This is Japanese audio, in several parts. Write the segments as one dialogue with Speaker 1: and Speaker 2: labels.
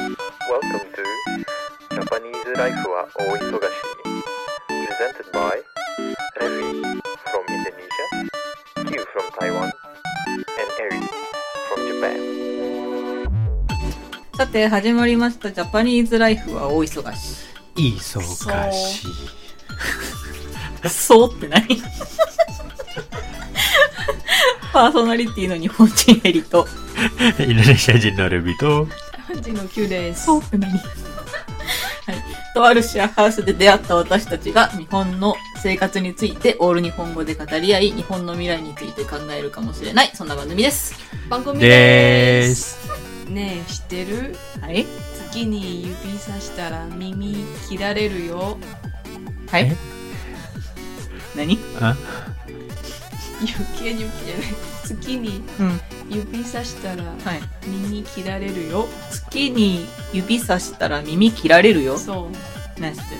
Speaker 1: Welcome to Japanese Life は大忙しに Presented by Revi from Indonesia, Q from Taiwan, and Eri from Japan
Speaker 2: さて始まりました「ジャパニーズライフは大忙し
Speaker 3: 忙しい。」
Speaker 2: そうって何パーソナリティの日本人エリと
Speaker 3: インドネシア人のレビと、
Speaker 4: 漢字の九です。
Speaker 2: うって何はいとあるシェアハウスで出会った私たちが日本の生活についてオール日本語で語り合い日本の未来について考えるかもしれないそんな番組です
Speaker 4: 番組
Speaker 3: で
Speaker 4: で
Speaker 3: ー
Speaker 4: ー
Speaker 3: す
Speaker 4: す。。ねえ、知ってる
Speaker 2: はい
Speaker 4: 月に指さしたら耳切られるよ。
Speaker 2: は
Speaker 3: え
Speaker 2: い何
Speaker 3: あ
Speaker 4: 余計に指じゃない。月に
Speaker 2: うん
Speaker 4: 指さしたら
Speaker 2: はい
Speaker 4: 耳切られるよ。
Speaker 2: 月に指さしたら耳切られるよ
Speaker 4: そう。
Speaker 2: 何して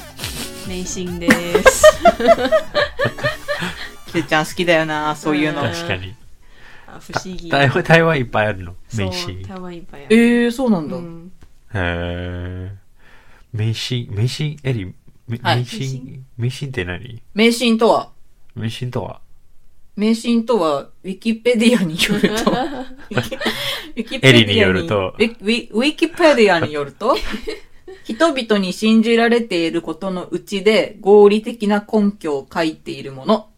Speaker 4: 迷信で ーす。
Speaker 2: キューちゃん好きだよなそういうの
Speaker 4: うん
Speaker 3: 確かに。
Speaker 4: あ不思議。
Speaker 3: 台湾、台湾いっぱいあるの。
Speaker 4: そう
Speaker 3: 名刺。
Speaker 4: 台湾いっぱいある。
Speaker 2: ええー、そうなんだ、
Speaker 4: うん
Speaker 3: へー。名刺、名刺、エリ、め
Speaker 2: はい
Speaker 3: 名刺、名刺って何
Speaker 2: 迷信とは
Speaker 3: 名刺とは
Speaker 2: 迷信とは、ウィキペディアによると、ウィキペディア
Speaker 3: エリによると
Speaker 2: ウィウィウィキペディアによる と、人々に信じられていることのうちで合理的な根拠を書いているもの。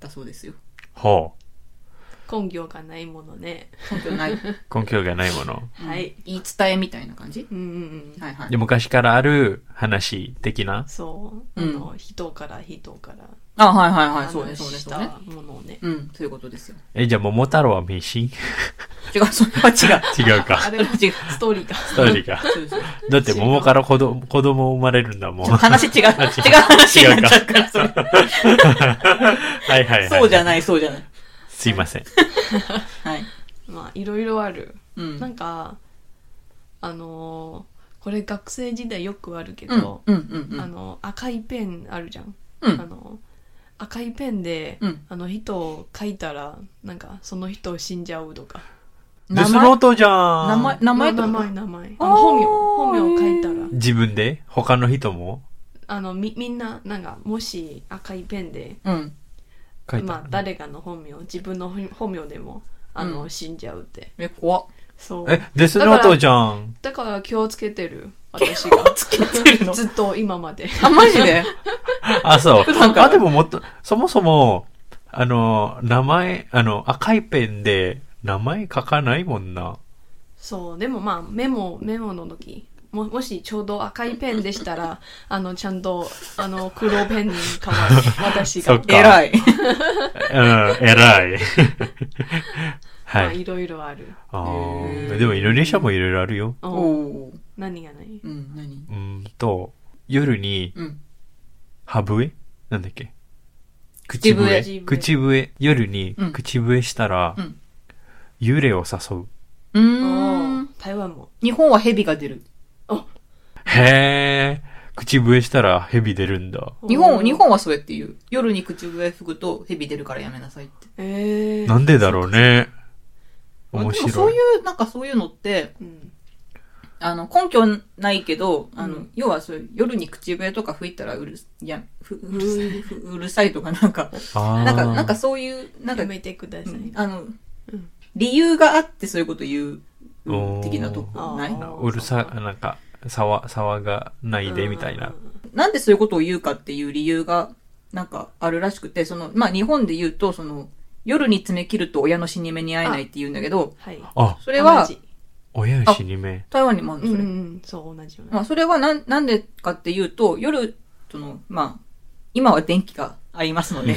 Speaker 2: だそうですよ。
Speaker 3: ほ
Speaker 4: 根拠がないものね。
Speaker 2: 根拠 ない。
Speaker 3: う。根拠がないもの。
Speaker 4: はい。
Speaker 2: 言い伝えみたいな感じ
Speaker 4: うんうんうん。
Speaker 2: はいはい
Speaker 3: で、。昔からある話的な。
Speaker 4: そう。あの、人から人から
Speaker 2: あ、はいはいはい。そうね、
Speaker 4: 話
Speaker 2: そうね、
Speaker 4: し
Speaker 2: そうね
Speaker 4: た。ものをね。
Speaker 2: うん、そういうことですよ。
Speaker 3: え、じゃあ桃太郎は名 刺
Speaker 2: 違う、それ は違う。
Speaker 3: 違う か
Speaker 4: あ。れも
Speaker 2: 違う。
Speaker 4: ストーリーが。
Speaker 3: ストーリーが。
Speaker 2: そうそう
Speaker 3: だって桃から子供、子供生まれるんだもん。
Speaker 2: ちょ話違う。違う話になっちゃうから、それ。
Speaker 3: はいはいはい。
Speaker 2: そうじゃ
Speaker 3: い。
Speaker 2: ない、そうじゃない。
Speaker 3: すいません。
Speaker 2: はい。
Speaker 4: まあ、いろいろある。
Speaker 2: うん。
Speaker 4: なんかあのーこれ学生時代よくあるけ
Speaker 2: うん
Speaker 4: ど、
Speaker 2: うんうんうん
Speaker 4: あの赤いペンあるじゃん、
Speaker 2: う
Speaker 4: あ
Speaker 2: ん
Speaker 4: の赤いペンで、
Speaker 2: うん
Speaker 4: あの人を書いたらなんかその人死んじゃうとか
Speaker 3: デ
Speaker 2: 名
Speaker 3: ス
Speaker 2: 前
Speaker 3: ノートじゃん。
Speaker 2: 名前名前と
Speaker 4: 名
Speaker 2: か
Speaker 4: 前名前
Speaker 2: あー
Speaker 4: あの本名本名を書いたら
Speaker 3: 自分で他の人も
Speaker 4: あのみみんななんかもし赤いペンで、
Speaker 2: うん
Speaker 3: 書いたの。
Speaker 4: まあ、誰かの本名自分の本本名でもあの、
Speaker 2: うん
Speaker 4: 死んじゃうって
Speaker 2: え怖っ
Speaker 4: そう
Speaker 3: え、デスノートじゃん。
Speaker 4: だから気をつけてる私が
Speaker 2: つけてるの
Speaker 4: ずっと今まで
Speaker 2: あマジ で
Speaker 3: あ、そう。
Speaker 2: なんか
Speaker 3: あ、でももっと、そもそも、あの、名前、あの、赤いペンで名前書かないもんな。
Speaker 4: そう、でもまあ、メモ、メモの時。も、もしちょうど赤いペンでしたら、 あの、ちゃんと、あの、黒ペンに変わる。 私
Speaker 3: そ
Speaker 4: が
Speaker 3: っ。か
Speaker 2: 偉い
Speaker 3: うん、 偉い。
Speaker 4: まあ、
Speaker 3: はい。
Speaker 4: いろいろある。
Speaker 3: あ
Speaker 2: へー
Speaker 3: ーでもインドネシアもいろいろあるよ。
Speaker 4: う
Speaker 2: お
Speaker 4: ん
Speaker 2: おー
Speaker 4: 何がない
Speaker 2: うん何
Speaker 3: うーんと、夜に、
Speaker 2: うん
Speaker 3: 歯笛なんだっけ
Speaker 2: 口笛
Speaker 3: 口口笛。夜に
Speaker 2: うん
Speaker 3: 口笛したら、
Speaker 2: うん
Speaker 3: 幽霊を誘う。
Speaker 2: うー
Speaker 4: う
Speaker 2: ん
Speaker 4: ん台湾も。
Speaker 2: 日本は蛇が出る
Speaker 3: へえ、口笛したら蛇出るんだ。
Speaker 2: 日本
Speaker 4: うん
Speaker 2: 日。本はそうやって言う夜に口笛吹くと蛇出るからやめなさいって
Speaker 4: えー。
Speaker 3: なんでだろうね。面
Speaker 2: でもそう
Speaker 3: 白い。
Speaker 2: いうなんかそういうのって
Speaker 4: うん。
Speaker 2: あの根拠ないけどあの、
Speaker 4: うん
Speaker 2: 要はそういう夜に口笛とか吹いたらうるいやふうるさ いふうるさいとかなんか
Speaker 3: あー
Speaker 2: なんかなんかそういうなんか
Speaker 4: やめてください。
Speaker 2: あの、
Speaker 4: うん
Speaker 2: 理由があってそういうこと言
Speaker 3: お
Speaker 2: う
Speaker 3: ー
Speaker 2: 的なとこない
Speaker 4: あ
Speaker 3: うるさ、なんか、騒、騒がないでみたいな。
Speaker 2: なんでそういうことを言うかっていう理由がなんかあるらしくて、その、まあ日本で言うと、その、夜に詰め切ると親の死に目に会えないって言うんだけど、
Speaker 4: はい。
Speaker 3: あ、
Speaker 2: それは
Speaker 4: 同じ
Speaker 3: 親牛に目。
Speaker 2: 台湾にもある
Speaker 4: う
Speaker 2: の、
Speaker 4: ん
Speaker 2: それ。
Speaker 4: うん、そう、同じよう
Speaker 2: ま
Speaker 4: な。
Speaker 2: あそれはなん、なんでかっていうと、夜、その、まあ、今は電気がありますので、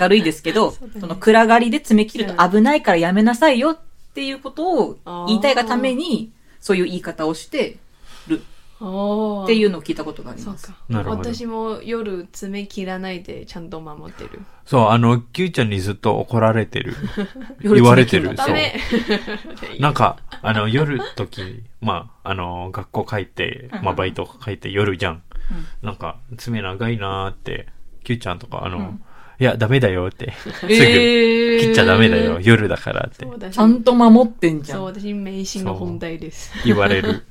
Speaker 2: 明るいですけど、そ
Speaker 4: そうだね
Speaker 2: の暗がりで詰め切ると危ないからやめなさいよっていうことを言いたいがために、そういう言い方をしてる
Speaker 4: おー
Speaker 2: っていうのを聞いたことがあり
Speaker 4: そう
Speaker 2: ます。
Speaker 4: か。
Speaker 3: なるほど
Speaker 4: 私も夜爪切らないでちゃんと守ってる。
Speaker 3: そう、あの、キューちゃんにずっと怒られてる。
Speaker 2: 夜
Speaker 3: 言われてる
Speaker 2: 詰め切んだ
Speaker 3: そう
Speaker 4: ダ メ
Speaker 3: なんか、あの、夜時、まあ、あの、学校帰って、まあ、バイト帰って夜じゃん。なんか、爪長いなーって、キューちゃんとか、あの、
Speaker 2: うん
Speaker 3: いや、ダメだよって、すぐ、切
Speaker 2: 切
Speaker 3: っちゃダメだよ、。夜だからって
Speaker 4: そうだし
Speaker 2: ちゃんと守ってんじゃ。
Speaker 4: そうん私迷信の本題です。
Speaker 3: 言われる。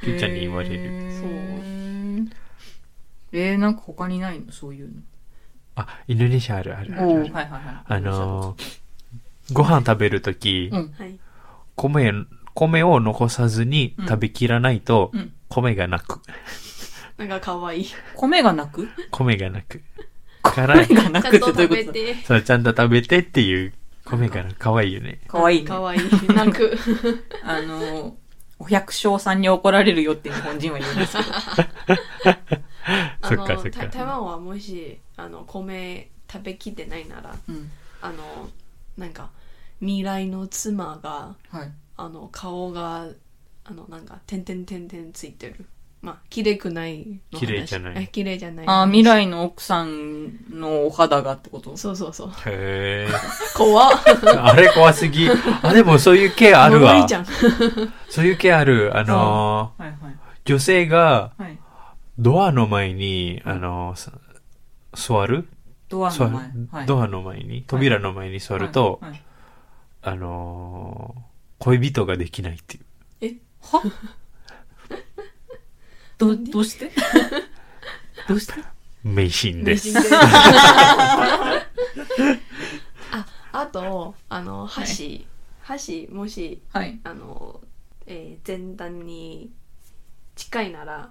Speaker 3: キューちゃんに言われる。
Speaker 2: そう。えー、なんか他にないのそういう
Speaker 3: あ、インドネシアあるあるあ
Speaker 2: の。おお
Speaker 3: る
Speaker 2: は
Speaker 3: あ
Speaker 2: いは
Speaker 3: る。
Speaker 2: いはい。
Speaker 3: あのー、ご飯食べるとき、
Speaker 2: うん。
Speaker 4: はい。
Speaker 3: 米、米を残さずに
Speaker 2: うん
Speaker 3: 食べきらないと、
Speaker 2: うん
Speaker 3: 米がなく。
Speaker 4: なんか可愛い。ち
Speaker 2: 米がなく
Speaker 3: 米がなく。から、
Speaker 2: 米がなく
Speaker 4: ゃ
Speaker 2: っ
Speaker 4: ん
Speaker 2: て
Speaker 4: と
Speaker 2: どうい
Speaker 4: 食
Speaker 2: う
Speaker 4: べ
Speaker 2: こと
Speaker 4: て。
Speaker 3: そう、ちゃんと食べてっていう、米がなく。かわいいよね。
Speaker 2: かわいいね。
Speaker 4: 可愛い。泣く。
Speaker 2: あのー、お百姓さんに怒られるよって日本人は言うんですけど。
Speaker 4: あ
Speaker 3: そ
Speaker 4: の
Speaker 3: っかそっか
Speaker 4: た台湾はもしあの米食べきってないなら
Speaker 2: うん。
Speaker 4: あのなんか未来の妻が
Speaker 2: はい。
Speaker 4: あの顔があのなんか点々点々ついてるまあ綺麗くないの話
Speaker 3: 綺麗じゃない
Speaker 4: え綺麗じゃない
Speaker 2: ああ、未来の奥さんのお肌がってこと
Speaker 4: そうそうそう
Speaker 3: へえ。
Speaker 4: 怖っ
Speaker 3: あれ怖すぎ。あ、でもそういう系ある
Speaker 4: 呪い
Speaker 3: わ
Speaker 4: じ。ゃん
Speaker 3: そういう系ある。あの
Speaker 2: はいはい。
Speaker 3: ー、女性が
Speaker 2: はい。
Speaker 3: ドアの前に、あのー、さ座る
Speaker 2: ドア
Speaker 3: 座
Speaker 2: の
Speaker 3: る
Speaker 2: 前。はい。
Speaker 3: ドアの前に、扉の前に座ると、
Speaker 2: はいはい
Speaker 3: あのー、恋人ができないっていう。
Speaker 2: はど、どうしてどうして
Speaker 3: 迷信 です。
Speaker 4: 無人ああとあの
Speaker 2: はい
Speaker 4: 箸、箸もし
Speaker 2: はい。
Speaker 4: あの、えー前段に近いなら、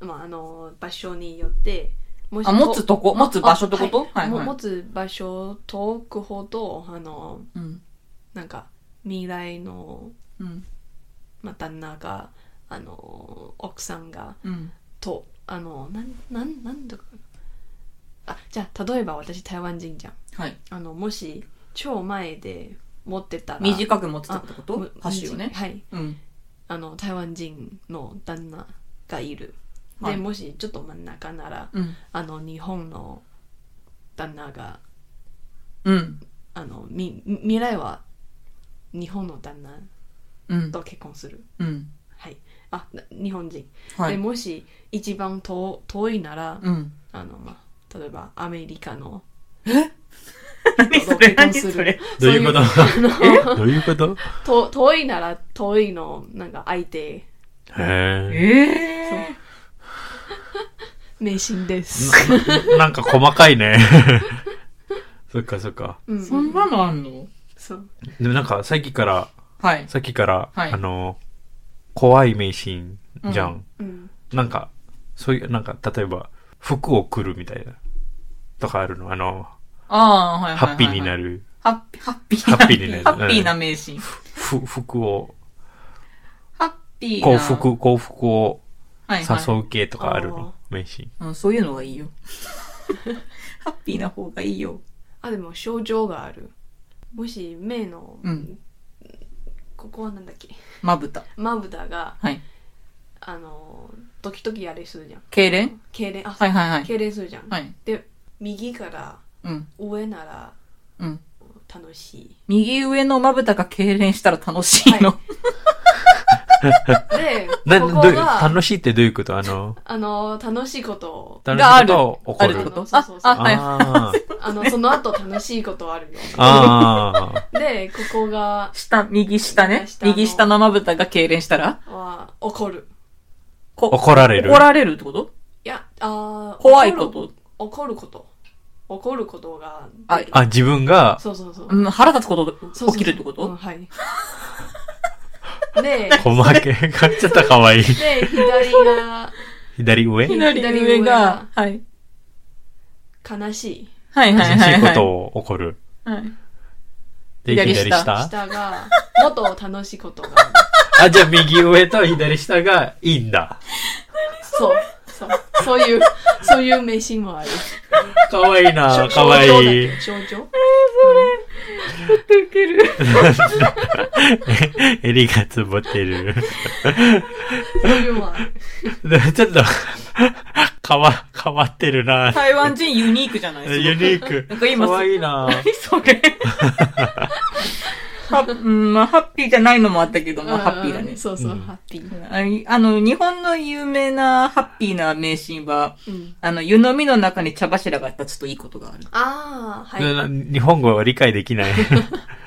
Speaker 4: まあ、あの場所によっても
Speaker 2: あ、持つとこ、持つ場所ってこと
Speaker 4: あ
Speaker 2: はい
Speaker 4: も
Speaker 2: はい
Speaker 4: 持。つ場所遠くほどあの
Speaker 2: うん。
Speaker 4: なんか未来の、
Speaker 2: うん。
Speaker 4: まあ、旦那があの奥さんが
Speaker 2: うん。
Speaker 4: とあのなんなんなんとかあじゃあ例えば私台湾人じゃん
Speaker 2: はい。
Speaker 4: あのもし超前で持ってたら
Speaker 2: 短く持つってこ
Speaker 4: む
Speaker 2: と箸をね。
Speaker 4: はい
Speaker 2: うん。
Speaker 4: あの台湾人の旦那がいる、
Speaker 2: はい
Speaker 4: でもしちょっと真ん中なら
Speaker 2: うん。
Speaker 4: あの日本の旦那が
Speaker 2: うん。
Speaker 4: あのみ未来は日本の旦那
Speaker 2: うん。
Speaker 4: と結婚する、
Speaker 2: うん。
Speaker 4: はいあな日本人、
Speaker 2: は
Speaker 4: で
Speaker 2: い。
Speaker 4: もし一番遠遠いなら、
Speaker 2: うん。
Speaker 4: あのまあ例えばアメリカの
Speaker 2: 何
Speaker 4: それ何それ
Speaker 3: どういうこと
Speaker 4: そういうあの
Speaker 3: どうい う こと
Speaker 4: と遠いなら遠いのなんか相手
Speaker 3: へ
Speaker 2: え
Speaker 3: え。
Speaker 4: そう
Speaker 2: え
Speaker 4: 迷信です、
Speaker 3: ななんか細かいね。 そっかそっか。
Speaker 4: う
Speaker 2: そんなのあんの
Speaker 4: そう
Speaker 3: でもなんかさっきから、
Speaker 2: はい。
Speaker 3: さっきから、
Speaker 2: はい
Speaker 3: あの、怖い迷信じゃん。
Speaker 4: うん
Speaker 3: なんか、そういう、なんか、例えば、服を着るみたいな、とかあるの。あの、
Speaker 2: ああ、はいはいはいはい。
Speaker 3: ハッピーにな。る、
Speaker 2: ハッピー、ハッピー。
Speaker 3: ハッピーになる
Speaker 2: ハッピーな迷信。
Speaker 3: ふ、服を、
Speaker 2: ハッピーな。
Speaker 3: 幸福、幸福を
Speaker 2: はいはい。
Speaker 3: 誘う系とかある
Speaker 4: あー
Speaker 3: の。迷信。
Speaker 2: うん、そういうのがいいよ。ハッピーな方がいいよ。
Speaker 4: あでも症状があるもし目の、
Speaker 2: うん
Speaker 4: ここはなんだっけ
Speaker 2: まぶた。
Speaker 4: まぶたが
Speaker 2: はい。
Speaker 4: あの時々あれするじゃん
Speaker 2: 痙攣
Speaker 4: 痙攣あ、
Speaker 2: はいはいはい。
Speaker 4: 痙攣するじゃん、
Speaker 2: はい。
Speaker 4: で右から
Speaker 2: うん。
Speaker 4: 上なら
Speaker 2: うん。
Speaker 4: 楽しい
Speaker 2: 右上のまぶたが痙攣したら楽 しいの。
Speaker 4: で
Speaker 3: な、
Speaker 4: こ
Speaker 3: ど
Speaker 4: こ
Speaker 3: ういう、
Speaker 4: が
Speaker 3: 楽しいってどういうことあ の、
Speaker 4: あの楽しいことを
Speaker 3: 楽
Speaker 2: があ
Speaker 3: しい
Speaker 2: る
Speaker 3: と怒
Speaker 2: あ
Speaker 3: る
Speaker 2: るって。こと
Speaker 4: そう
Speaker 2: あ
Speaker 4: そう、そう
Speaker 2: あ、はい。
Speaker 3: あー
Speaker 4: あのその後楽しいことあるよ
Speaker 3: あー。
Speaker 4: でここが
Speaker 2: 下、右下ね
Speaker 4: 右。下の
Speaker 2: 右下のまぶたが痙攣したら
Speaker 4: は怒る
Speaker 2: こ
Speaker 3: 怒られる
Speaker 2: 怒られるってこと
Speaker 4: いやあー
Speaker 2: 怖いこと。
Speaker 4: 怒ること怒ることが
Speaker 2: あ
Speaker 4: 出る
Speaker 3: あ、自分が、
Speaker 4: そうそうそう、
Speaker 2: うん、腹立つこと
Speaker 4: そうそうそう
Speaker 2: が起きるってこ
Speaker 4: うん
Speaker 2: と
Speaker 4: はい。で、
Speaker 3: 細けが、ちょっと可愛い。
Speaker 4: で、左が
Speaker 3: 左上
Speaker 4: う
Speaker 2: 左
Speaker 4: 左
Speaker 2: 上
Speaker 4: 上
Speaker 2: が
Speaker 4: が、
Speaker 2: はい。
Speaker 4: 悲し
Speaker 2: はいはい
Speaker 3: 悲
Speaker 2: はい。
Speaker 3: しい
Speaker 2: は
Speaker 3: ことを怒る。
Speaker 2: はい。
Speaker 3: で、
Speaker 2: 左
Speaker 3: 左
Speaker 2: 下
Speaker 4: い。
Speaker 3: 下
Speaker 4: 下が、もっと楽しいことが。
Speaker 3: あ、じゃあ右上と左下がいいんだ。
Speaker 4: そう。そう。そういう、そういう迷信もある。
Speaker 3: かわいい な、かわい
Speaker 4: 症状だ
Speaker 3: い。
Speaker 4: け症状
Speaker 2: 受ける。
Speaker 3: 襟がつぼってる。
Speaker 4: そういうのもある。
Speaker 3: ちょっと、 変わ、変わってるな。
Speaker 2: 台湾人ユニークじゃない
Speaker 3: ユニーク。
Speaker 2: なんか今
Speaker 3: かわいいな。
Speaker 2: 何 それは、うん、まあ、ハッピーじゃないのもあったけど、まあ、ハッピーだ
Speaker 4: う
Speaker 2: ね
Speaker 4: ん。そうそう、
Speaker 3: うん
Speaker 4: ハッピー。
Speaker 2: あいあの、日本の有名なハッピーな名シーンは、
Speaker 4: うん。
Speaker 2: あの、湯飲みの中に茶柱が立つといいことがある。
Speaker 4: ああ、はい。
Speaker 3: な日本語は理解できない。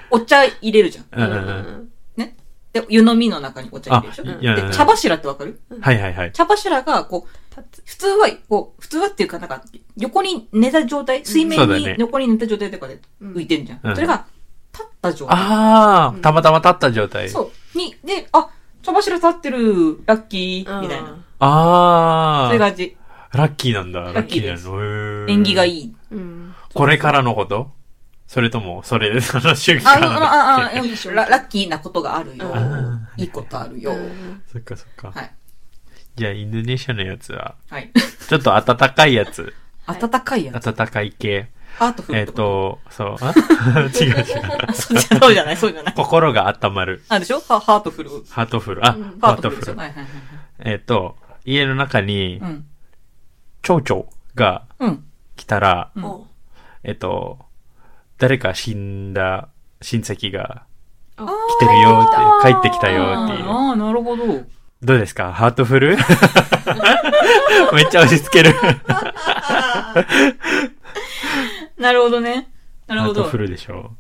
Speaker 2: お茶入れるじゃん。
Speaker 3: うんう
Speaker 4: うん
Speaker 3: ん
Speaker 4: うん
Speaker 2: ね。で、湯飲みの中にお茶入れるでしょ
Speaker 4: あい
Speaker 3: や
Speaker 2: で、茶柱ってわかる
Speaker 3: はいはいはい。
Speaker 2: 茶柱が、こう、
Speaker 4: 立つ
Speaker 2: 普通は、こう、普通はっていうか、なんか、横に寝た状態、水面
Speaker 3: そうだ
Speaker 2: に
Speaker 3: ね
Speaker 2: 横に寝た状態とかで浮いてるじゃん。
Speaker 3: うん
Speaker 2: それが、立った状態。
Speaker 3: ああ、たまたま立った状態。
Speaker 2: そう。に、で、あ、茶柱立ってる、ラッキー、みたいな。。
Speaker 3: あ
Speaker 2: そういう
Speaker 3: あ、
Speaker 2: 感じ。
Speaker 3: ラッキーなんだ。ラ
Speaker 2: ラ
Speaker 3: ッ
Speaker 2: ッ
Speaker 3: キ
Speaker 2: キ
Speaker 3: ー
Speaker 2: ー
Speaker 3: な
Speaker 2: です
Speaker 3: の。
Speaker 2: 縁起が
Speaker 3: い。
Speaker 2: いい。
Speaker 4: うん。
Speaker 3: これからのことそれとも、それ、その周期
Speaker 2: あ、
Speaker 3: か
Speaker 2: あ
Speaker 3: らの
Speaker 2: あ、あ、あ、
Speaker 3: あ
Speaker 2: ララッキーなことがあるよ
Speaker 4: あ
Speaker 3: ー。
Speaker 2: いいことある
Speaker 4: う
Speaker 2: よ。
Speaker 4: ん
Speaker 3: そっかそっか。
Speaker 2: はい。
Speaker 3: じゃあ、インドネシアのやつは、
Speaker 2: はい。
Speaker 3: ちょっと暖かいやつ。
Speaker 4: はい
Speaker 2: 暖かいやつ。
Speaker 3: 暖かい系。
Speaker 2: アートフル
Speaker 3: えっ
Speaker 2: ってこと
Speaker 3: と、そう、あ 違う違う。
Speaker 2: あ そうじゃそうじゃない、そうじゃない。
Speaker 3: 心が温まる。
Speaker 2: あ、でしょハハートフル。
Speaker 3: ハートフル。あ、
Speaker 4: うん
Speaker 3: ハートフ
Speaker 2: ですよ
Speaker 3: ル。
Speaker 2: はいはいはい
Speaker 3: えっと、家の中に
Speaker 2: は、い。うん。
Speaker 3: 蝶々が
Speaker 2: うん。
Speaker 3: 来たら、
Speaker 2: うん
Speaker 4: お
Speaker 3: えっと、誰か死んだ親戚が
Speaker 4: あ
Speaker 3: 来てるよって、帰ってきたよっていう。
Speaker 2: ああ、なるほど。
Speaker 3: どうですかハートフル めっちゃ押し付ける。
Speaker 2: なるほどね。なる
Speaker 3: ハ
Speaker 2: ほ
Speaker 3: ート
Speaker 2: ど。
Speaker 3: フルでしょ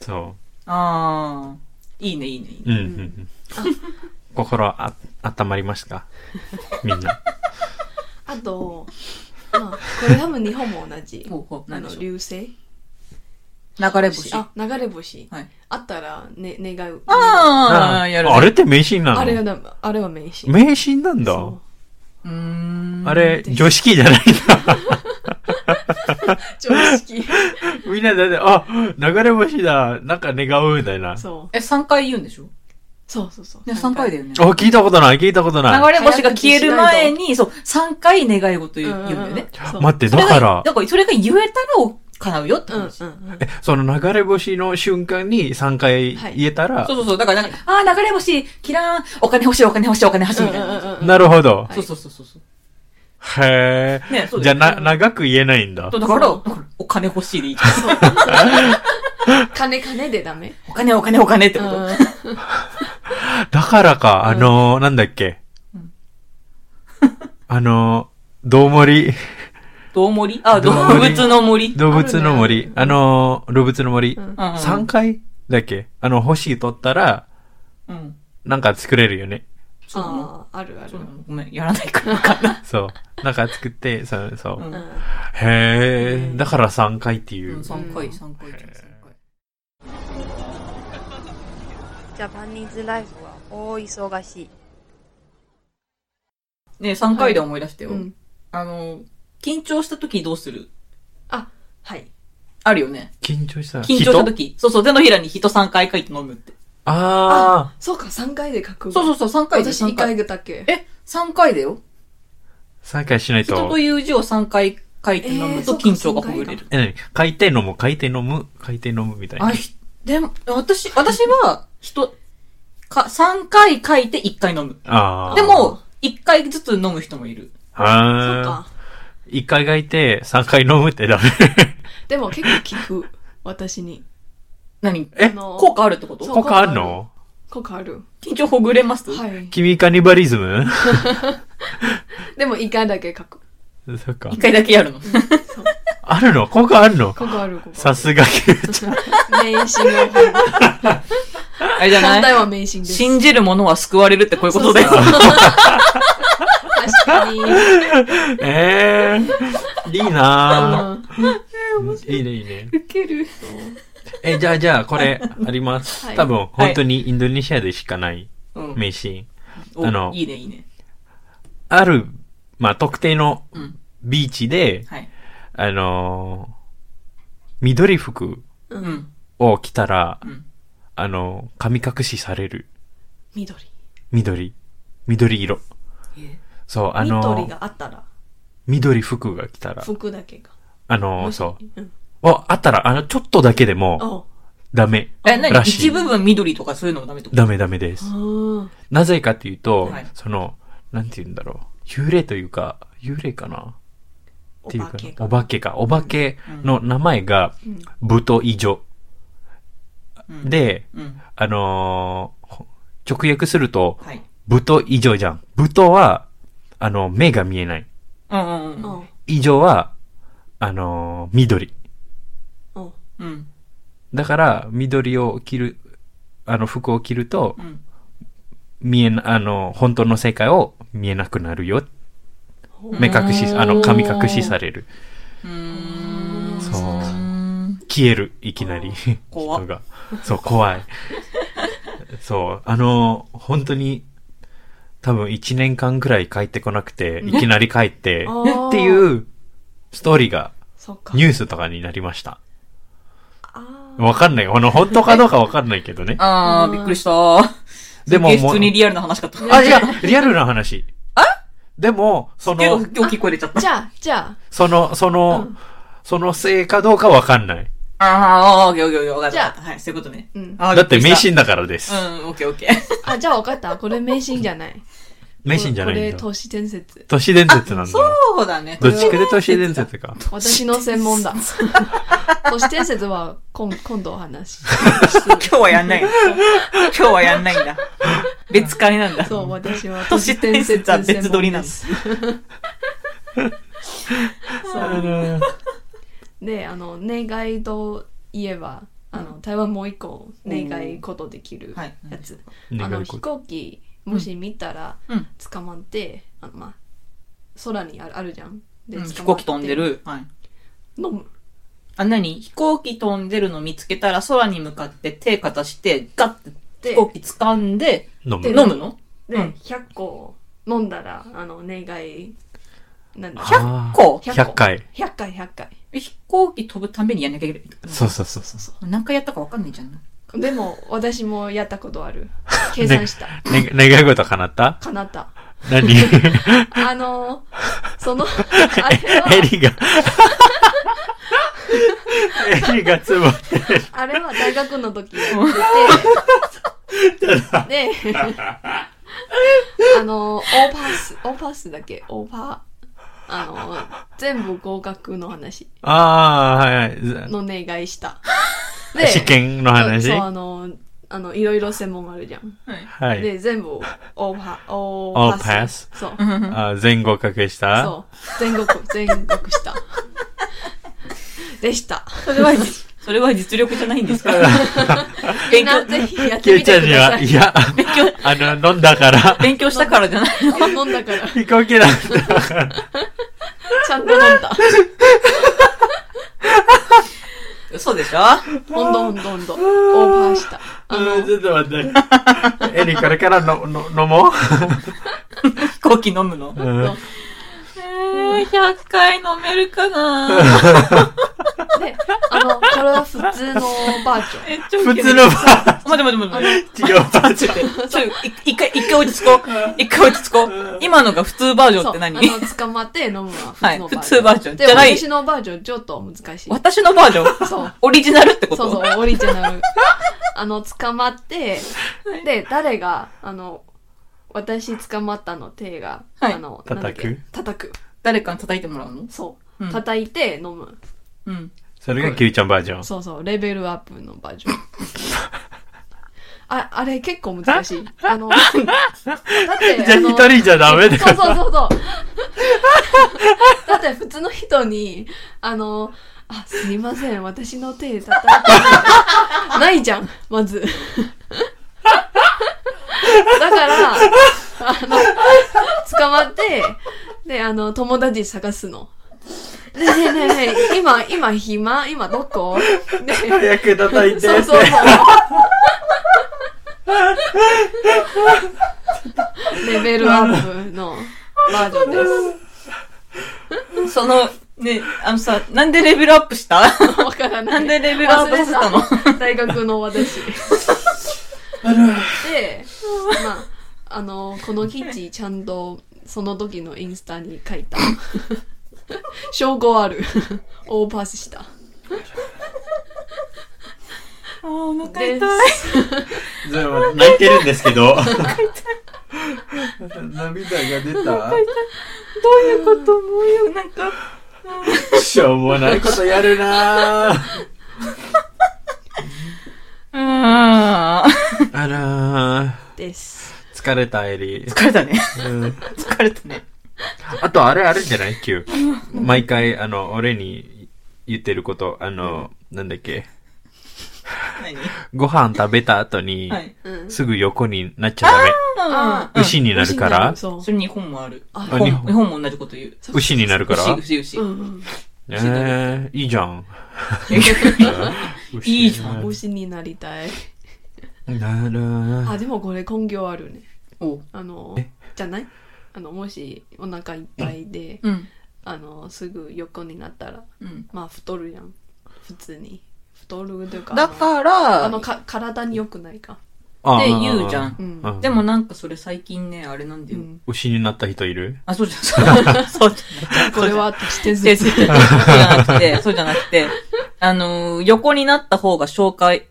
Speaker 3: そ。
Speaker 2: ああ。いいね、いいね、いいう
Speaker 3: う
Speaker 2: ね。
Speaker 3: ん、うんうん。心あ、温まりましたみんな。
Speaker 4: あと、まあ、これ多分日本も同 じ。
Speaker 2: ほうほう、
Speaker 4: あ
Speaker 2: 何で
Speaker 4: の
Speaker 2: しょう。
Speaker 4: 流星
Speaker 2: 流れ星。
Speaker 4: あ、流れ星。
Speaker 2: はい
Speaker 4: あったら、ね、願う。
Speaker 2: ああ、やるね。
Speaker 3: あれって迷信なの
Speaker 4: あれは、あれは名詞。
Speaker 3: 迷信なんだ。
Speaker 4: そう
Speaker 2: うーん。
Speaker 3: あれ、常識じゃないんだ。
Speaker 4: 常識。
Speaker 3: みんなだって、あ、流れ星だ。なんか願うみたいな。あ、
Speaker 4: そう。
Speaker 2: え、3回言うんでしょ
Speaker 4: そうそうそう。
Speaker 2: ね、3回だよね。
Speaker 3: 聞いたことない、聞いたこと
Speaker 2: 流
Speaker 3: ない。
Speaker 2: れ星が消える前に、そう、3回願い事言う言うんだよね。
Speaker 4: そう
Speaker 3: 待って、
Speaker 2: それ
Speaker 3: だ
Speaker 2: が
Speaker 3: から、
Speaker 2: だからそれが言えたら叶うよって
Speaker 4: うんうん
Speaker 2: 話。
Speaker 4: うん。
Speaker 3: その流れ星の瞬間に3回
Speaker 4: はい
Speaker 3: 言えたら
Speaker 2: そう、そうそう。だからなんか、ああ、流れ星、キラーン、お金欲しい、お金欲しい、お金欲しい、みたいな。
Speaker 4: うんうんうん
Speaker 3: なるほど。
Speaker 2: そうそうそうそう。
Speaker 3: へ
Speaker 2: ねそ
Speaker 3: え。
Speaker 2: う
Speaker 3: じ
Speaker 2: だ
Speaker 3: ゃあ、
Speaker 2: よ
Speaker 3: な、長く言えないん
Speaker 2: だ
Speaker 3: だ。
Speaker 2: から、だ
Speaker 4: そう
Speaker 2: からお金欲しいでいいじゃん。
Speaker 4: 金金でダメ
Speaker 2: お金、お金、お金ってこと。
Speaker 3: だからか、あのー、なんだっけ
Speaker 2: うん。
Speaker 3: あのー、どうもり、
Speaker 2: どう森あ、
Speaker 3: ど
Speaker 2: 動
Speaker 3: う森
Speaker 2: 物の森。
Speaker 3: 動物の
Speaker 4: ある
Speaker 3: 森
Speaker 4: ね、
Speaker 3: あのー、動物の森
Speaker 4: う、ん
Speaker 2: うんうん
Speaker 3: 3回だっけあの、星取ったら、
Speaker 2: うん。
Speaker 3: なんか作れるよね。
Speaker 2: そうなの
Speaker 4: ああ、あるある
Speaker 2: そうな。のごめん、やらないからわかんない。
Speaker 3: そう。なんか作って、そう、そう。
Speaker 2: うん、。
Speaker 4: うん
Speaker 3: へえ、だから3回っていううん
Speaker 2: 3
Speaker 4: う
Speaker 2: 回、
Speaker 4: ん
Speaker 2: 3回、3回。
Speaker 5: ジャパニーズライフは大忙しい。
Speaker 2: ね三3回で思い出してよ
Speaker 4: う。ん
Speaker 2: あの、緊張した時どうする
Speaker 4: はい。
Speaker 2: あるよね。
Speaker 3: 緊張した。
Speaker 2: 緊張した
Speaker 3: 人
Speaker 2: 時。そうそう、手のひらに人3回書いて飲むって。
Speaker 3: あ
Speaker 4: そうか、3回で書く。
Speaker 2: そうそうそう、3回で
Speaker 4: 私1回。だけ。
Speaker 2: え、3回だよ。
Speaker 3: あ、3回しない
Speaker 2: 人と
Speaker 3: と。
Speaker 2: いう字を3回書いて飲むと
Speaker 4: えー
Speaker 2: 緊張がほぐれる。
Speaker 3: え、何回転飲む、回転飲む、回転飲むみたい
Speaker 2: あ、
Speaker 3: な。
Speaker 2: ひでも、私、私は、人、か、3回書いて1回飲む。
Speaker 3: ああ。
Speaker 2: でも、1回ずつ飲む人もいる。
Speaker 4: そ
Speaker 3: あ
Speaker 4: う
Speaker 3: あ。
Speaker 4: か。
Speaker 3: 一回書いて、三回飲むってダメ。
Speaker 4: でも結構効く。私に。
Speaker 2: 何
Speaker 3: え
Speaker 4: あの
Speaker 2: 効果あるってこと
Speaker 4: そう
Speaker 3: 効果あんの
Speaker 4: 効果ある。
Speaker 2: 緊張ほぐれます
Speaker 4: はい。
Speaker 3: 君カニバリズム
Speaker 4: でも1回だけ書く。
Speaker 3: そっか
Speaker 2: 一。回だけやるの。
Speaker 4: そう
Speaker 3: あるの効果あるの
Speaker 4: 効果ある、効果あ
Speaker 3: さ
Speaker 4: る。
Speaker 3: すがキューちゃん。
Speaker 4: 名詞の本。
Speaker 2: あれじゃ
Speaker 4: 本
Speaker 2: な
Speaker 4: 題
Speaker 2: い
Speaker 4: は名詞です。
Speaker 2: 信じる者は救われるってこういうことだよ
Speaker 4: そ。うそう確かに。
Speaker 3: ええー。いいな
Speaker 4: うん
Speaker 3: ぁ。いいね、いいね。
Speaker 2: 受ける。
Speaker 3: え、じゃあ、じゃあ、これ、あります。
Speaker 4: はい
Speaker 3: 多分、本当にインドネシアでしかない
Speaker 2: うん。
Speaker 3: 名シーン。
Speaker 2: お
Speaker 3: あの
Speaker 2: いいね、いいね。
Speaker 3: ある、まあ、特定の
Speaker 2: うん。
Speaker 3: ビーチで、
Speaker 2: はい。
Speaker 3: あのー緑服
Speaker 2: う
Speaker 4: うん
Speaker 2: ん。
Speaker 3: を着たら、
Speaker 2: うん
Speaker 3: あのー神隠しされる。
Speaker 4: 緑。
Speaker 3: 緑。緑色。
Speaker 2: え
Speaker 3: そう、あのー
Speaker 4: 緑があったら、
Speaker 3: 緑服が来たら、
Speaker 4: 服だけが。
Speaker 3: あの、そう。
Speaker 4: う。ん。
Speaker 3: あ、あったら、あの、ちょっとだけでも、
Speaker 4: あ
Speaker 3: ダメ。
Speaker 2: え、何
Speaker 3: らしい
Speaker 2: 一部分緑とかそういうのもダメってこと
Speaker 3: ダメダメです。
Speaker 4: あ。
Speaker 3: なぜかっていうと、
Speaker 2: はい
Speaker 3: その、なんて言うんだろう。幽霊というか、幽霊かなっ
Speaker 4: お
Speaker 3: ていう
Speaker 4: 化
Speaker 3: か
Speaker 4: け、
Speaker 3: お
Speaker 4: が。
Speaker 3: 化けか。お化けの名前が、
Speaker 4: うん
Speaker 3: 武闘異常。
Speaker 2: うん。
Speaker 3: で、
Speaker 2: うん。
Speaker 3: あのーほ直訳すると、
Speaker 2: はい。
Speaker 3: 武闘異常じゃん。武闘は、あの、目が見えない。
Speaker 2: うんうんうん。
Speaker 4: うん
Speaker 3: 異常は、あのー緑。
Speaker 4: うん
Speaker 2: うん。
Speaker 3: だから、緑を着る、あの服を着ると
Speaker 2: う、ん。
Speaker 3: 見えな、あの、本当の世界を見えなくなるよ。目隠し、あの、神隠しされる。
Speaker 2: うーん。
Speaker 3: そう
Speaker 2: う。
Speaker 3: 消える、いきなり。
Speaker 2: 怖っ
Speaker 3: 人が。そう、怖 い。そう、あの、本当に、多分1年間くらい帰ってこなくて、いきなり帰って、
Speaker 4: あー
Speaker 3: っていうストーリーが
Speaker 4: そっか
Speaker 3: ニュースとかになりました。
Speaker 4: あー
Speaker 3: わかんない。あの、本当かどうかわかんないけどね。
Speaker 2: あー、びっくりした。
Speaker 3: でも
Speaker 2: すっげえ
Speaker 3: もう
Speaker 2: 普通にリアルな話かと。
Speaker 3: あ、いや、リアルな話。でも、そ
Speaker 2: けど
Speaker 3: の、
Speaker 2: 今日聞こえれちゃった。
Speaker 4: じゃあじゃ
Speaker 3: その、その、そのせいかどうかわかんない。
Speaker 2: ああ、オッケーオッケーオッケー、わかった
Speaker 4: じゃあ
Speaker 2: わかった。はい、そういうことね。
Speaker 4: あうん
Speaker 2: あー
Speaker 3: だって迷。
Speaker 2: びくりし
Speaker 3: 信だからです。
Speaker 2: たうん、オッケーオッケー。
Speaker 4: あじゃあ分かったこれ迷信じゃない
Speaker 3: 迷信じゃない
Speaker 4: こ
Speaker 3: ん
Speaker 4: れ
Speaker 3: だ。
Speaker 4: 都市伝説
Speaker 3: 都市伝説なんだ
Speaker 2: そ。うだね。
Speaker 3: どっちかで都市伝説か。
Speaker 4: 私の専門だ都市伝説は今今度お話し
Speaker 2: 今日はやんない。今日はやんないんだ。別会なんだ。
Speaker 4: そう私は
Speaker 2: 都市伝説は別撮りなん
Speaker 4: で
Speaker 2: ですす
Speaker 3: あの
Speaker 4: であの願いといえばあの台湾もう一個願いことできる
Speaker 2: はい
Speaker 4: やつ、あ
Speaker 3: 願
Speaker 4: の
Speaker 3: い
Speaker 4: 飛
Speaker 3: 事。
Speaker 4: 行機もし見たら
Speaker 2: うんうん
Speaker 4: 捕まって、あのまあ空にあるあるじゃんで、
Speaker 2: うん
Speaker 4: 捕まって
Speaker 2: 飛行機飛んでる。はい。
Speaker 4: 飲む
Speaker 2: あ、何飛行機飛んでるの見つけたら空に向かって手かざして、ガッて
Speaker 4: で
Speaker 2: 飛行機掴んで、
Speaker 3: 飲
Speaker 4: で
Speaker 3: む。
Speaker 2: 飲むの
Speaker 4: で、
Speaker 2: うん
Speaker 4: 100個飲んだらあの願いなんだ
Speaker 3: あー
Speaker 2: こう、
Speaker 4: 100
Speaker 3: 100回。
Speaker 4: 100回100回
Speaker 2: 飛行機飛ぶためにやんなきゃいけない。
Speaker 3: そうそうそうそう。
Speaker 2: 何回やったかわかんないじゃん。
Speaker 4: でも私もやったこと ある計算した、
Speaker 3: ね願い事叶った
Speaker 4: かなった
Speaker 3: 何
Speaker 4: あの そのあれ
Speaker 3: エ
Speaker 4: は
Speaker 3: リが。エリがつぼってる。
Speaker 4: あれは大学の 時やってて であのオーパスオーパスだっけオーパーあの全部合格の話
Speaker 3: ああ、はいは
Speaker 4: の願 いした
Speaker 3: い。試験の話
Speaker 4: そうそうあのあのいろいろ専門あるじゃん、
Speaker 3: はい。
Speaker 4: で全部オーパオ
Speaker 3: オ
Speaker 4: ー
Speaker 3: ーパス
Speaker 4: そう
Speaker 3: あー前後隠した
Speaker 4: そう全国全国したでした
Speaker 2: それは、 それは実力じゃないんですか
Speaker 4: み
Speaker 2: 勉
Speaker 4: んな
Speaker 2: 強、
Speaker 4: ぜひやっ
Speaker 3: キ
Speaker 4: て
Speaker 3: ュー
Speaker 4: み
Speaker 3: ちゃ
Speaker 4: て
Speaker 3: ん
Speaker 4: く
Speaker 3: に
Speaker 4: ださ
Speaker 3: は、
Speaker 4: い
Speaker 3: いや、あの、飲んだから、
Speaker 2: 勉強したからじゃない
Speaker 4: 飲んだから
Speaker 3: 飛行機だったから。
Speaker 4: ちゃんと飲んだ
Speaker 2: 嘘でしょ
Speaker 4: ほんとほんとほんとオーバーしたあ
Speaker 3: うん
Speaker 4: の
Speaker 3: ちょっと待って。エリ、これからの、の、飲もう
Speaker 2: 飛行機飲むの。
Speaker 3: うん
Speaker 2: えー、100回飲めるかな
Speaker 4: であのこれは普通のバージョン
Speaker 2: えちょ
Speaker 3: 普通のバー
Speaker 2: 待って待って待って待って。
Speaker 3: ジ、違うバージ
Speaker 2: ちょっと待って、ちょっとい一回、一回落ち着こう。一回落ち着こう。今のが普通バージョン
Speaker 4: そ
Speaker 2: って
Speaker 4: うあ
Speaker 2: 何
Speaker 4: の捕まって飲むのは
Speaker 2: はい、普
Speaker 4: 普
Speaker 2: 通
Speaker 4: 通のバ
Speaker 2: バ
Speaker 4: ー
Speaker 2: ージ
Speaker 4: ジ
Speaker 2: ョ
Speaker 4: ョン
Speaker 2: ン。
Speaker 4: で
Speaker 2: じゃ
Speaker 4: も
Speaker 2: ない。
Speaker 4: 私のバージョンちょっと難しい
Speaker 2: 私のバージョン
Speaker 4: そう
Speaker 2: オリジナルってこと
Speaker 4: そうそう、オリジナ ル。あの、捕まって、で、誰が、あの、私捕まったの手が、
Speaker 2: はい
Speaker 4: あの、なんだっけ
Speaker 3: 叩く
Speaker 4: 叩く。
Speaker 2: 誰かに叩いてもらうの
Speaker 4: そう。
Speaker 2: うん
Speaker 4: 叩いて飲む。
Speaker 2: うん。
Speaker 3: それがキューちゃんバージョン。
Speaker 4: そうそう、レベルアップのバージョン。 あ、あれ結構難 しい。あの、だっ て、
Speaker 3: じゃあ
Speaker 4: あの
Speaker 3: 一人じゃダメだよ
Speaker 4: そうそうそうそう。だって普通の人に、あの、あ、すいません、私の手叩いて、ないじゃん、まず。だから、あの、捕まって、で、あの、友達探すの。ねえねえねえねえ、今、今暇今どこで、
Speaker 3: 早く叩いて。
Speaker 4: そうそうそう。レベルアップのバージョン で
Speaker 2: その、ね、あのさ、なんでレベルアップした
Speaker 4: す。わからない。
Speaker 2: なんでレベルアップさせたの
Speaker 4: 忘れ大学の私。で、まあ、あの、この記事ちゃんとその時のインスタに書いた。証拠ある。オーパスした。
Speaker 2: あー、お腹
Speaker 4: で
Speaker 3: でも泣いてるんですけど。涙が出
Speaker 2: どういうこともういう、なんか、
Speaker 3: た。しょうもないことやるなぁ。
Speaker 2: うーん。
Speaker 3: あら
Speaker 4: です。
Speaker 3: ー、疲れたエリ。
Speaker 2: 疲れたね。
Speaker 3: うん
Speaker 2: 疲れたね。
Speaker 3: あと、あれあるんじゃないキュー。毎回、あの、俺に言ってること、あの、なんだっけ。
Speaker 2: 何
Speaker 3: ご飯食べた後に、
Speaker 2: はい。
Speaker 4: うん。
Speaker 3: すぐ横になっちゃダメ。
Speaker 4: あ
Speaker 2: うん
Speaker 3: 牛になるか
Speaker 4: 美味しいんだ
Speaker 3: ら
Speaker 4: よそう
Speaker 2: そ。れ日本もある。
Speaker 4: あ
Speaker 2: 日本
Speaker 3: 日本
Speaker 2: 日本も同じこと言う。
Speaker 3: 牛になるから。
Speaker 2: 牛、牛、牛
Speaker 4: う。んうん。
Speaker 3: え
Speaker 2: 牛だ
Speaker 3: ー、いいじゃん。
Speaker 2: いいじゃん
Speaker 4: 推しになりたい。
Speaker 3: なる
Speaker 4: あ、でもこれ根拠あるね。
Speaker 2: お
Speaker 4: あの、じゃないあの、もしお腹いっぱいで、
Speaker 2: うん。
Speaker 4: あの、すぐ横になったら、
Speaker 2: うん。
Speaker 4: まあ太るやん。普通に。太るというか。
Speaker 2: だから、
Speaker 4: あの、か体に良くないか。
Speaker 3: あ
Speaker 2: って言うじゃん
Speaker 4: う。
Speaker 3: うんん
Speaker 2: でもなんかそれ最近ね、あれなんだ
Speaker 4: う
Speaker 2: よ。
Speaker 4: ん、
Speaker 3: 牛になった人いる
Speaker 2: あ、そうじゃ ん。そうじゃん。
Speaker 4: これはしてず
Speaker 2: そうじゃなくて、 そうじゃなくて、あのー、横になった方が紹介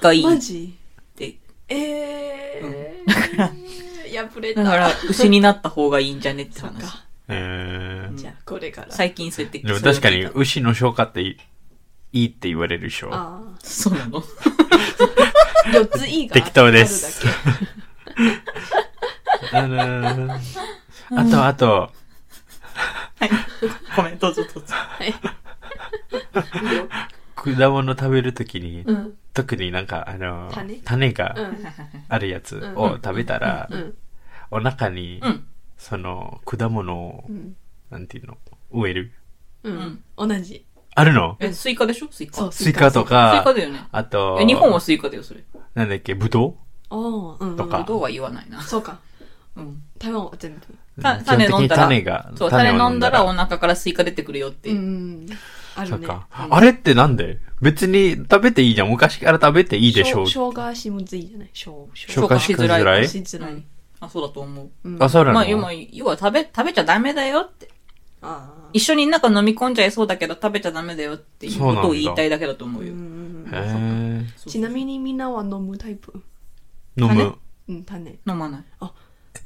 Speaker 2: がいい
Speaker 4: マ
Speaker 2: っ
Speaker 4: ジ
Speaker 2: て。
Speaker 4: えー、いやぶれた
Speaker 2: だから、牛になった方がいいんじゃねって
Speaker 4: そっ
Speaker 2: 話。
Speaker 4: か
Speaker 3: えー
Speaker 4: じゃあこれから
Speaker 2: 最近そうやって。
Speaker 3: でも確か
Speaker 2: そう
Speaker 3: に
Speaker 2: いうの聞い
Speaker 3: 牛の消化っていいいって言われるでし ょ。
Speaker 4: あ
Speaker 2: たそうなの
Speaker 4: あ4ついいが
Speaker 3: 適当です
Speaker 4: ある だ
Speaker 3: なるあと、あと、
Speaker 2: はい。ごめん、どうぞどうぞ。
Speaker 4: けいいよ
Speaker 3: 果物食べるときに、
Speaker 4: うん
Speaker 3: 特になんか、あの
Speaker 4: 種、
Speaker 3: 種
Speaker 4: う
Speaker 3: が
Speaker 4: ん
Speaker 3: あるやつを食べたら
Speaker 4: う、ん
Speaker 3: お腹に
Speaker 2: う、ん。
Speaker 3: その、果物を
Speaker 4: う、ん
Speaker 3: なんていうの、植える。
Speaker 4: うん同じ
Speaker 3: あるの
Speaker 2: え、スイカでしょスイカ。
Speaker 4: そう
Speaker 2: ス
Speaker 3: スイカと
Speaker 2: イカ
Speaker 3: か、
Speaker 2: だよね。
Speaker 3: あと
Speaker 2: え、日本はスイカだよ、それ。
Speaker 3: なんだっけ、ぶど
Speaker 4: おーうん
Speaker 3: とか
Speaker 2: どうは言わないな。
Speaker 4: そうか
Speaker 2: うん。
Speaker 4: 台湾は全部
Speaker 3: う
Speaker 2: た種飲んだら
Speaker 3: 基本的に種が、
Speaker 2: そう、種飲んだら
Speaker 3: っ
Speaker 2: お腹からスイカ出てくるよって。
Speaker 4: うんあ
Speaker 3: そ
Speaker 4: る
Speaker 3: う
Speaker 4: ね
Speaker 3: か。
Speaker 2: うん
Speaker 3: あれってなんで別に食べていいじゃん。昔から食べていいでしょう。
Speaker 4: 生姜しむずいじゃない生姜
Speaker 3: 消化しづらい
Speaker 4: しづ
Speaker 2: う
Speaker 4: らい
Speaker 2: ん。あ、そうだと思う。
Speaker 4: うん
Speaker 3: あ、そうなの
Speaker 2: まあ、要は、要は食べ、食べちゃダメだよって。
Speaker 4: あ
Speaker 2: 一緒になんか飲み込んじゃいそうだけど食べちゃダメだよっていうことを言いたいだけだと思
Speaker 4: ー
Speaker 2: う
Speaker 4: う
Speaker 2: よ。
Speaker 4: ん
Speaker 3: へー
Speaker 4: ちなみにみんなは飲むタイプ
Speaker 3: 飲む
Speaker 2: 種。
Speaker 4: うん種
Speaker 2: 飲まない。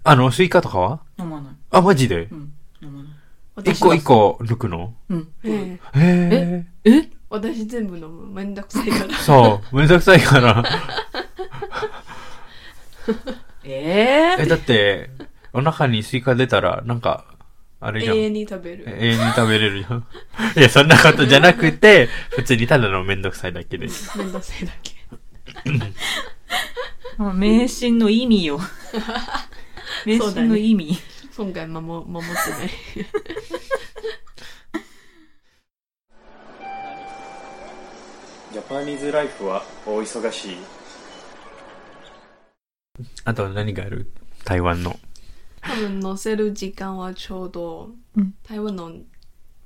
Speaker 3: あの、スイカとかは
Speaker 2: 飲まない。
Speaker 3: あ、マジで
Speaker 2: うん。飲まない。
Speaker 3: 一個一個抜くの
Speaker 2: うん。
Speaker 4: ええ
Speaker 3: へ
Speaker 2: え
Speaker 4: 私全部飲むめんどくさいから
Speaker 3: え。 そう。めんどくさいから。
Speaker 2: え
Speaker 3: え、だって、お腹にスイカ出たら、なんか、あれじゃん。
Speaker 4: 永
Speaker 3: 永
Speaker 4: 遠に食べる。
Speaker 3: 遠に食べれるじゃん。 いや、そんなことじゃなくて、普通にただのめんどくさいだけです。
Speaker 4: めんどくさいだけ。
Speaker 2: ー、迷信の意 味よ。迷
Speaker 4: そうだ
Speaker 2: 信
Speaker 4: ね
Speaker 2: の意味。
Speaker 4: 今回守守ってない。
Speaker 1: ジャパニーズライフは大忙しい。
Speaker 3: あと何がある台湾の。
Speaker 4: 多分乗せる時間はちょうど、
Speaker 2: うん
Speaker 4: 台湾の、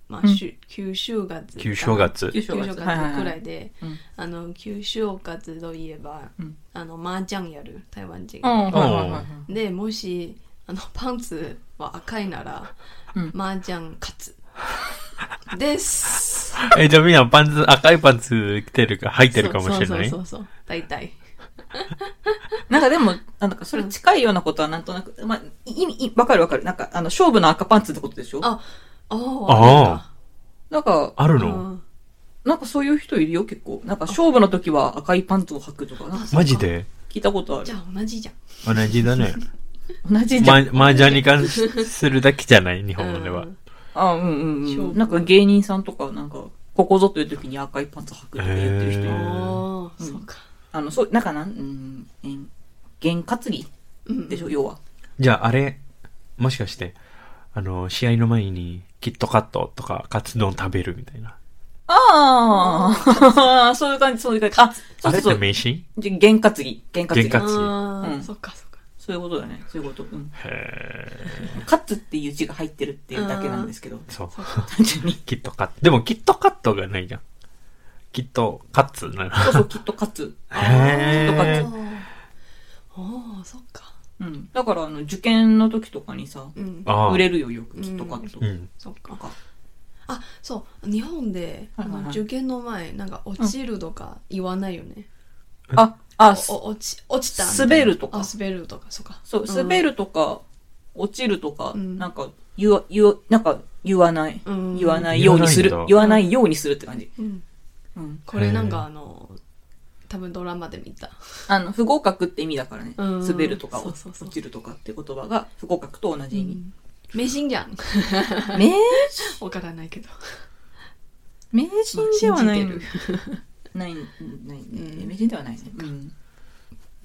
Speaker 4: ま
Speaker 2: う
Speaker 4: あ、
Speaker 2: ん
Speaker 4: しゅ旧正月か。
Speaker 3: 旧正月。
Speaker 2: 旧
Speaker 4: 旧正月く
Speaker 2: はいはいはい
Speaker 4: らいで
Speaker 2: うん、
Speaker 4: あの、旧正月といえば
Speaker 2: うん、
Speaker 4: あの、麻雀やる、台湾人
Speaker 2: う。ん、はいはいはい。
Speaker 4: で、もし、あの、パンツは赤いなら
Speaker 2: うん、
Speaker 4: 麻雀勝 つ。です。
Speaker 3: え、じゃあみんなパンツ、赤いパンツ着てるか、入ってるかもしれ
Speaker 4: そ
Speaker 3: な
Speaker 4: う
Speaker 3: い
Speaker 4: そうそうそう。大体。
Speaker 2: なんかでも、なんかそれ近いようなことはなんとなく、まあ、意味、いわかるわかる。なんか、あの、勝負の赤パンツってことでしょ
Speaker 4: ああ
Speaker 3: あ
Speaker 4: あ
Speaker 2: なんか、
Speaker 3: ある
Speaker 4: あるか。
Speaker 3: の
Speaker 4: うん
Speaker 2: なんかそういう人いるよ、結構。なんか勝負の時は赤いパンツを履くとか、なんか
Speaker 3: マジで
Speaker 2: 聞いたことあ
Speaker 4: じ
Speaker 2: る
Speaker 4: ゃ。あ同じじゃん。
Speaker 3: 同じだ ね。
Speaker 2: 同じじゃ
Speaker 3: ま
Speaker 2: ん。、
Speaker 3: 麻雀に関するだけじゃ ない、日本語では
Speaker 4: う。ん
Speaker 2: あ、うんうん
Speaker 4: 勝
Speaker 2: うん。
Speaker 4: 負
Speaker 2: なんか芸人さんとか、なんか、ここぞという時に赤いパンツ履くとか言ってる人いる
Speaker 3: へー
Speaker 4: ああ、
Speaker 2: うん
Speaker 4: そうか。
Speaker 2: あの、そう、なんかなん、うん、えん、験担ぎ
Speaker 4: うん
Speaker 2: でしょ、要は。
Speaker 3: じゃああれ、もしかして、あの、試合の前に、キットカットとか、カツ丼食べるみたいな。
Speaker 2: ああ、 そういう感じ、そういう感じ。あ、そうそ
Speaker 3: あれ
Speaker 2: う
Speaker 3: っ
Speaker 2: そ
Speaker 3: て
Speaker 2: う。
Speaker 3: 名詞
Speaker 2: じゃ験担ぎ。験担ぎ。
Speaker 3: 験担ぎ
Speaker 4: ああ、
Speaker 2: うん
Speaker 4: そっかそっか。
Speaker 2: そういうことだね。そういうこと。うん。
Speaker 3: へ
Speaker 2: 勝つっていう字が入ってるっていうだけなんですけど。
Speaker 3: ーそう。
Speaker 2: 単純に。
Speaker 3: キットカット。でも、キットカットがないじゃん。キットカッツな
Speaker 2: そうそう、きっと勝つ。
Speaker 3: へ
Speaker 4: あ
Speaker 3: ー
Speaker 4: あ、そっか。
Speaker 2: うん。だから、あの、受験の時とかにさ、
Speaker 4: うん。
Speaker 3: ああ。
Speaker 2: 売れるよ、よく、
Speaker 4: うん
Speaker 2: きっとカット。
Speaker 3: うん。
Speaker 4: そっ
Speaker 2: なん
Speaker 4: か。
Speaker 2: か、
Speaker 4: あ、そう。日本で、
Speaker 2: はいはいはい
Speaker 4: あの受験の前、なんか落ちるとか言わないよね。
Speaker 2: あ、あ、
Speaker 4: お
Speaker 2: す
Speaker 4: お落ち、落ちたみたいな。
Speaker 2: 滑るとか
Speaker 4: あ、、滑るとか、そっか。
Speaker 2: そう、
Speaker 4: ん
Speaker 2: 滑。るとか、落ちるとか、
Speaker 4: うん
Speaker 2: なんか、言わ、言わ、なんか、言わない。
Speaker 4: うん
Speaker 2: 言わないようにする
Speaker 3: 言わないん
Speaker 2: 言わな
Speaker 3: だ。
Speaker 2: いようにするって感じ。
Speaker 4: うん。
Speaker 2: うん。
Speaker 4: これなん
Speaker 3: へー
Speaker 4: かあの、多分ドラマで見た。
Speaker 2: あの、不合格って意味だからね。
Speaker 4: うん
Speaker 2: 滑るとか、
Speaker 4: そうそうそう
Speaker 2: 落ちるとかって言葉が、不合格と同じ意味。
Speaker 4: 迷信じゃん。
Speaker 2: 名、
Speaker 4: わからないけど。
Speaker 2: 名人ではないの
Speaker 4: まあ信じてる
Speaker 2: ない、ない、
Speaker 4: ん
Speaker 2: エメジンではないね。うん。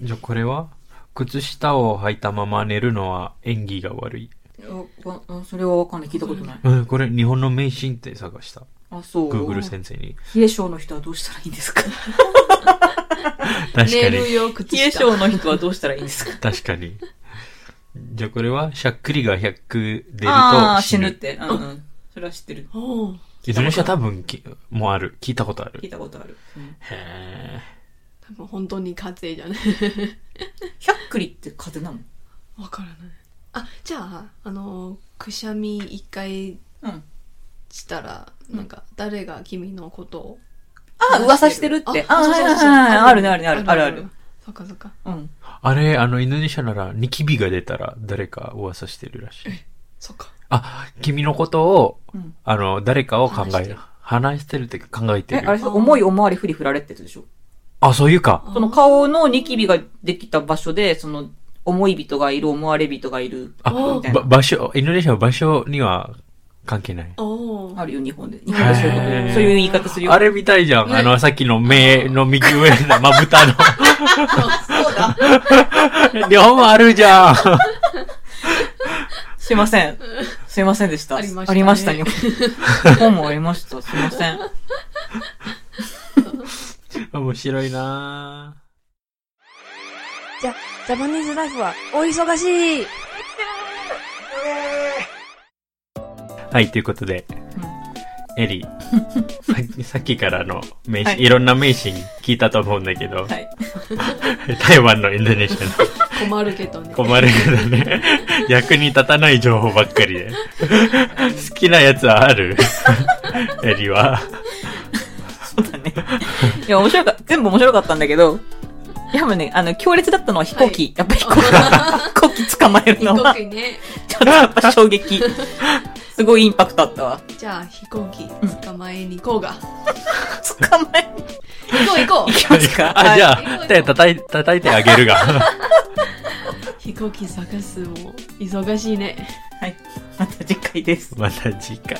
Speaker 3: じゃあこれは靴下を履いたまま寝るのは演技が悪い。
Speaker 2: おわあそれはわかんない。聞いたことない。
Speaker 3: うん、これ日本の迷信って探した。
Speaker 2: あ、そう。
Speaker 3: Google 先生に。
Speaker 2: 冷え性の人はどうしたらいいんですか
Speaker 3: 確
Speaker 4: 寝
Speaker 3: か
Speaker 4: る
Speaker 3: に。
Speaker 4: よ、靴
Speaker 2: 冷え
Speaker 4: 下。
Speaker 2: 性の人はどうしたらいいんですか
Speaker 3: 確かに。じゃあこれはしゃっくりが100出る
Speaker 2: ああ
Speaker 3: と
Speaker 2: ー、死
Speaker 3: 死
Speaker 2: ぬっ
Speaker 3: ぬ。
Speaker 2: て。うんうん。それは知ってる。
Speaker 4: おう
Speaker 3: いずれにしろ多分きもうある。聞いたことあ
Speaker 2: 聞い
Speaker 3: る。
Speaker 2: たことある。うん
Speaker 3: へ
Speaker 4: 多分本当に風邪じゃね。
Speaker 2: ひゃっくりって風邪な
Speaker 4: わからない。あ、じゃあ、あの、くしゃみ一回
Speaker 2: のうん。
Speaker 4: したら、なんか、誰が君のことを。
Speaker 2: あー、噂してるって。あー、
Speaker 4: そう
Speaker 2: はいは
Speaker 4: そうそう
Speaker 2: い
Speaker 4: そう
Speaker 2: はいあるね、あるね、ある、ある、ある。。
Speaker 4: そっかそっか。
Speaker 2: うん。
Speaker 3: ーあれ、あの、インドネシアならニキビが出たら誰か噂してるらしい。
Speaker 4: そっか。
Speaker 3: あ、君のことを、
Speaker 2: うん
Speaker 3: あの、誰かを考
Speaker 4: 話し
Speaker 3: え
Speaker 4: て
Speaker 3: る
Speaker 4: る。
Speaker 3: 話してるっていうか考え
Speaker 2: え、
Speaker 3: て
Speaker 2: あれ
Speaker 3: る。
Speaker 2: さ、重い思われふり振られってやつでしょ
Speaker 3: あ、そういうか。
Speaker 2: その顔のニキビができた場所で、その、思い人がいる、思われ人がいる、
Speaker 3: あ、
Speaker 4: お
Speaker 2: みたい
Speaker 3: ば
Speaker 2: な。
Speaker 3: 場所、インドネシアは場所には関係ない。
Speaker 4: おー
Speaker 2: あるよ、日本で。日本でそういうこと
Speaker 3: へー
Speaker 2: そういう言い方するよ。
Speaker 3: あれみたいじゃん。
Speaker 4: ね
Speaker 3: あの、さっきの目の右上のまぶ たの。
Speaker 2: そうだ。
Speaker 3: 両方あるじ ゃん。
Speaker 2: すいません。すいませんでした。
Speaker 4: ありましたね
Speaker 2: ありました、日本。 日本もありました。すいません。
Speaker 3: 面白いなぁ
Speaker 5: じゃ、ジャパニーズライフはお忙しい
Speaker 3: はい、ということで、エリ、さっき さっきからの名詞、
Speaker 2: はい
Speaker 3: い、ろんな名詞聞いたと思うんだけど、
Speaker 2: はい。
Speaker 3: 台湾のインドネシアの
Speaker 4: 困るけどね。
Speaker 3: 困るけど ね。役に立たない情報ばっかりで。好きなやつは あるエリは。
Speaker 2: そうだね。いや、面白かった。全部面白かったんだけど、いや、もうね、あの、強烈だったのは飛行機。
Speaker 4: はい
Speaker 2: やっぱ 飛行機、飛行機捕まえるのは、
Speaker 4: 飛行
Speaker 2: ちょ
Speaker 4: 機ね。
Speaker 2: っとやっぱ衝撃。すごいインパクトあったわ。
Speaker 4: じゃあ、飛行機捕まえに行こうが。
Speaker 2: 捕まえ
Speaker 4: 行こう行こ
Speaker 2: に行きますか。
Speaker 3: あ、じゃ
Speaker 4: はい
Speaker 3: あ、手叩い、叩いてあげるが。
Speaker 4: う 飛行機探すも忙しいね。
Speaker 2: はい。また次回です。
Speaker 3: また次回。